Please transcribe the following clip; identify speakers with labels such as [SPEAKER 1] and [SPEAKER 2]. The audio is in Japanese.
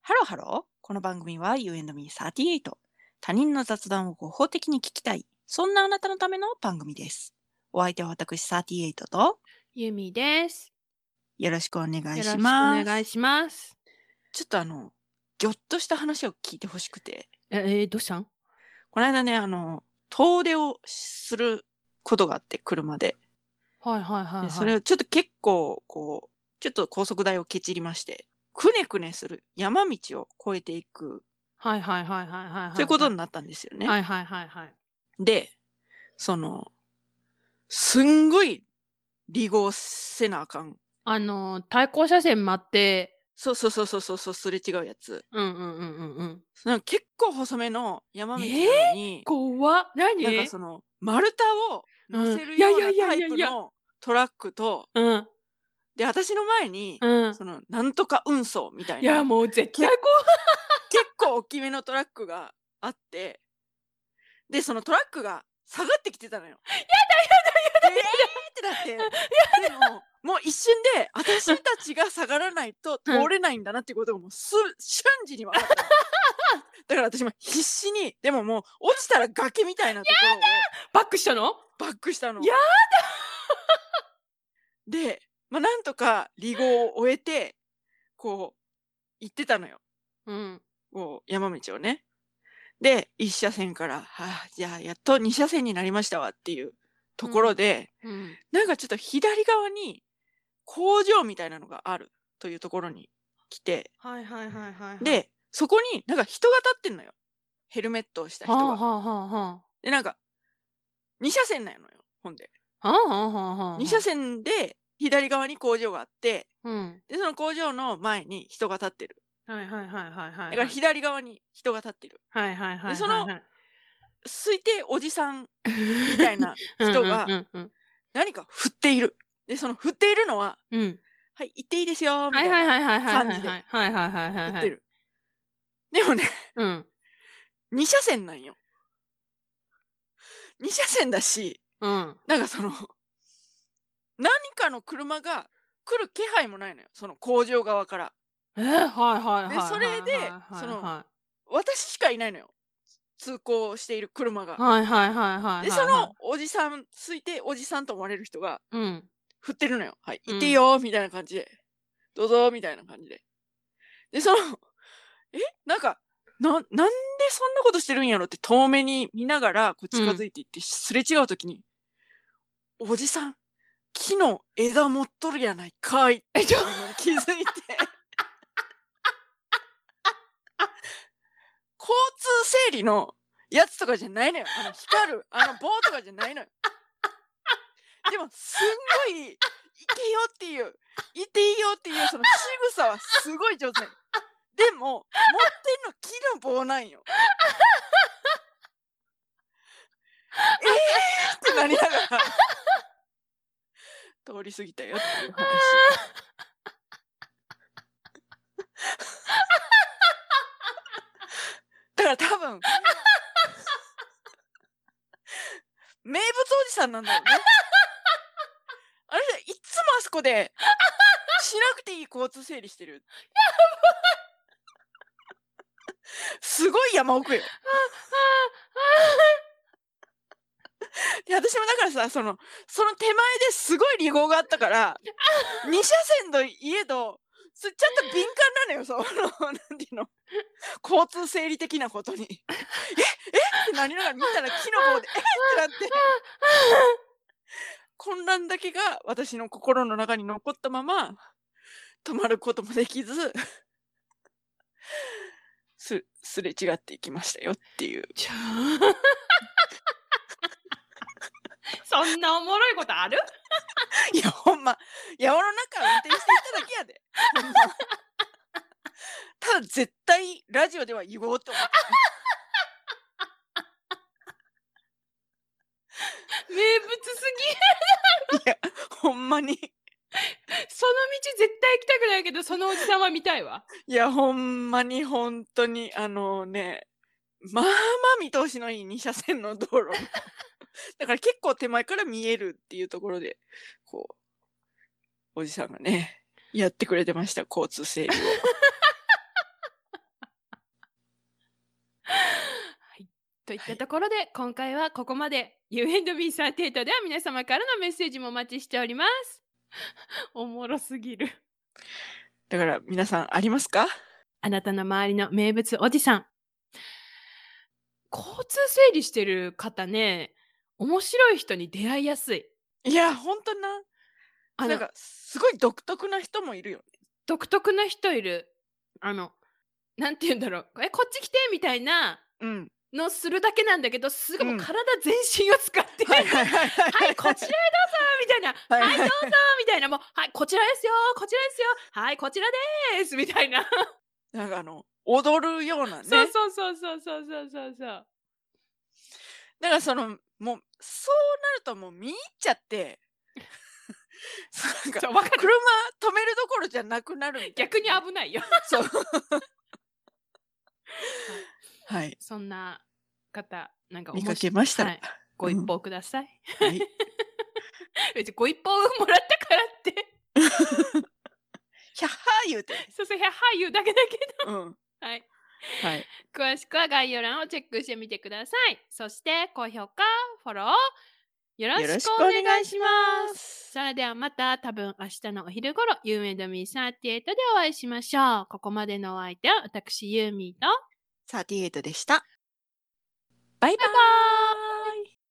[SPEAKER 1] ハローハロー。この番組は You and me38。他人の雑談を合法的に聞きたい。そんなあなたのための番組です。お相手は私38と
[SPEAKER 2] ゆみです。
[SPEAKER 1] よろしくお願い
[SPEAKER 2] よろし
[SPEAKER 1] し
[SPEAKER 2] くお
[SPEAKER 1] ます。
[SPEAKER 2] 願いします。
[SPEAKER 1] ちょっとあの、ぎょっとした話を聞いてほしくて。
[SPEAKER 2] え、えーどうしたん
[SPEAKER 1] この間ね、あの、遠出をすることがあって、車で。
[SPEAKER 2] はいはいはい、は
[SPEAKER 1] で
[SPEAKER 2] い。
[SPEAKER 1] それをちょっと結構、こう、ちょっと高速代をけちりまして、くねくねする山道を越えていく
[SPEAKER 2] はいはいはいはいはいはいはい。
[SPEAKER 1] ということになったんですよね。
[SPEAKER 2] はいはいはいはい。
[SPEAKER 1] で、その、すんごい離合せなあかん。
[SPEAKER 2] あのー、対向車線待って、
[SPEAKER 1] そうそうそうそうそうそう、すれ違うやつ。
[SPEAKER 2] うんうんうんうんうん。
[SPEAKER 1] なんか結構細めの山道なのに、
[SPEAKER 2] 怖っ。何
[SPEAKER 1] なんかその、丸太を乗せ
[SPEAKER 2] う
[SPEAKER 1] る
[SPEAKER 2] んいや
[SPEAKER 1] よ
[SPEAKER 2] いうや
[SPEAKER 1] なタ
[SPEAKER 2] いやいや
[SPEAKER 1] イプ
[SPEAKER 2] いや
[SPEAKER 1] のトラックと、
[SPEAKER 2] うん。
[SPEAKER 1] で、私の前に、
[SPEAKER 2] うん。
[SPEAKER 1] その、なんとか運送みたい
[SPEAKER 2] いや、
[SPEAKER 1] な、
[SPEAKER 2] もう絶対怖い。
[SPEAKER 1] 結構大きめのトラックがあって、で、そのトラックが下がってきてたのよ。やだやだやだえーってなって。でも、もう一瞬で、私たちが下がらないと通れないんだなっていうことがもうす、瞬時に分かったの。だから私も必死に、でももう落ちたら崖みたいなところを
[SPEAKER 2] バックしたの
[SPEAKER 1] バックしたの。
[SPEAKER 2] や
[SPEAKER 1] だで、まあ、なんとか離合を終えて、こう、行ってたのよ。
[SPEAKER 2] うん。
[SPEAKER 1] こう、山道をね。で、一車線から、はあ、じゃあ、やっと二車線になりましたわっていうところで、
[SPEAKER 2] うん。
[SPEAKER 1] なんかちょっと左側に工場みたいなのがあるというところに来て、
[SPEAKER 2] はいはいはいはい。、
[SPEAKER 1] で、そこになんか人が立ってんのよ。ヘルメットをした
[SPEAKER 2] は
[SPEAKER 1] 人
[SPEAKER 2] あは
[SPEAKER 1] が。
[SPEAKER 2] あはあは
[SPEAKER 1] で、なんか、二車線なのよ、ほんで。
[SPEAKER 2] あ。はあはあはあはあ。
[SPEAKER 1] 二車。線で左側に工場があって、
[SPEAKER 2] うん。
[SPEAKER 1] で、その工場の前に人が立ってる。
[SPEAKER 2] はいはいはいはいはい。
[SPEAKER 1] だから左側に人が立ってる。
[SPEAKER 2] はいはいはいはいはい。
[SPEAKER 1] でその推定おじさんみたいな人が
[SPEAKER 2] うんうん
[SPEAKER 1] 何か振っている。で、その振っているのは、
[SPEAKER 2] うんうん。
[SPEAKER 1] はい、行っていいですよ、みた
[SPEAKER 2] はいいはい
[SPEAKER 1] な
[SPEAKER 2] はいはいはいは
[SPEAKER 1] 感じ
[SPEAKER 2] い
[SPEAKER 1] で
[SPEAKER 2] はいはいはいはいはい
[SPEAKER 1] 言
[SPEAKER 2] は
[SPEAKER 1] っ
[SPEAKER 2] い
[SPEAKER 1] てる。でもね、
[SPEAKER 2] うん
[SPEAKER 1] 二車線なんよ。二車線だし、
[SPEAKER 2] うん
[SPEAKER 1] なんかその、何かの車が来る気配もないのよ。その工場側から。
[SPEAKER 2] えー、はいはいはい
[SPEAKER 1] でそれで
[SPEAKER 2] はいはい
[SPEAKER 1] その
[SPEAKER 2] は
[SPEAKER 1] 私しかいないのよ。通行している車が。
[SPEAKER 2] いはいはいはい
[SPEAKER 1] で、そのおじさん、推定おじさんと思われる人が
[SPEAKER 2] うん
[SPEAKER 1] 振ってるのよ。はい、
[SPEAKER 2] うん
[SPEAKER 1] 行っていいよ、みたいな感じで。どうぞ、みたいな感じで。で、その、えなんか、な、なんでそんなことしてるんやろって遠目に見ながら、こう近づいていって、すれ違うときに、おじさん、木の枝持っとるやないかいって
[SPEAKER 2] えちょ
[SPEAKER 1] いうのに気づいて。交通整理のやつとかじゃないのよ。あの光る、あの棒とかじゃないのよ。でも、すんごい、行けよっていう、行っていいよっていう、その仕草はすごい上手なの。でも、持ってんの木の棒なんよ。えーってなりながら、通り過ぎたよっていう話。だから多分、名物おじさんなんだよね。あれいつもあそこで、しなくていい交通整理してる。すごい山奥よ。で私もだからさ、その、その手前ですごい離合があったから、二車線の家と、そちゃんと敏感なのよ、その、なんていうの、交通整理的なことに。ええってなりながら見たら木の棒で、えってなって。混乱だけが私の心の中に残ったまま止まることもできずすすれ違っていきましたよっていう
[SPEAKER 2] ちょ そんなおもろいことある
[SPEAKER 1] いやほんま山の中運転していただけやで ほんまただ絶対ラジオでは言おうと思って
[SPEAKER 2] 名物す
[SPEAKER 1] ほんまに
[SPEAKER 2] ぎその道絶対行きたくないけどそのおじさんは見たいわ
[SPEAKER 1] いやほんまに本当にあのねまあまあ見通しのいい二車線の道路だから結構手前から見えるっていうところでこうおじさんがねやってくれてました交通整理を
[SPEAKER 2] といったところで、今回はここまで U&B38 では皆様からのメッセージもお待ちしておりますおもろすぎる
[SPEAKER 1] だから皆さんありますか
[SPEAKER 2] あなたの周りの名物おじさん交通整理してる方ね面白い人に出会いやすい
[SPEAKER 1] いや本当な
[SPEAKER 2] あ
[SPEAKER 1] なん
[SPEAKER 2] の
[SPEAKER 1] かすごい独特な人もいるよね
[SPEAKER 2] 独特な人いるあのなんて言うんだろうえこっち来てみたいな
[SPEAKER 1] うん
[SPEAKER 2] のするだけなんだけどすごいもううん体全身を使って、
[SPEAKER 1] はいはいはい
[SPEAKER 2] は、
[SPEAKER 1] はい
[SPEAKER 2] こちらへどうぞみたいな、
[SPEAKER 1] はい
[SPEAKER 2] はい、どうぞみたいな、もう、はい、こちらですよ、こちらですよ、はい、こちらですみたいな。
[SPEAKER 1] なんかあの踊るようなね
[SPEAKER 2] そうそうそうそうそうそうそうそう。
[SPEAKER 1] だからそのもうそうなるともう見入っちゃってそうなんか
[SPEAKER 2] そうわかる
[SPEAKER 1] 車止めるどころじゃなくなるみたいな
[SPEAKER 2] 逆に危ないよ。
[SPEAKER 1] そうはい
[SPEAKER 2] そんな方、なんか
[SPEAKER 1] 見
[SPEAKER 2] 面
[SPEAKER 1] か
[SPEAKER 2] 白
[SPEAKER 1] け
[SPEAKER 2] い
[SPEAKER 1] ましたら
[SPEAKER 2] はいご一報ください。
[SPEAKER 1] はい
[SPEAKER 2] 別にご一報もらったからって、
[SPEAKER 1] ひゃっはー言うて、
[SPEAKER 2] そうそう、はい、言うだけだけど。
[SPEAKER 1] う ん、
[SPEAKER 2] はい。
[SPEAKER 1] はい
[SPEAKER 2] 詳しくは概要欄をチェックしてみてください。そして、高評価、フォロー、よろしくお願いします。
[SPEAKER 1] す
[SPEAKER 2] それではまた多分明日のお昼頃、ユーメイドミー38でお会いしましょう。ここまでのお相手は私ユーミーと、
[SPEAKER 1] 38でしたバイバイ
[SPEAKER 2] バイバーイ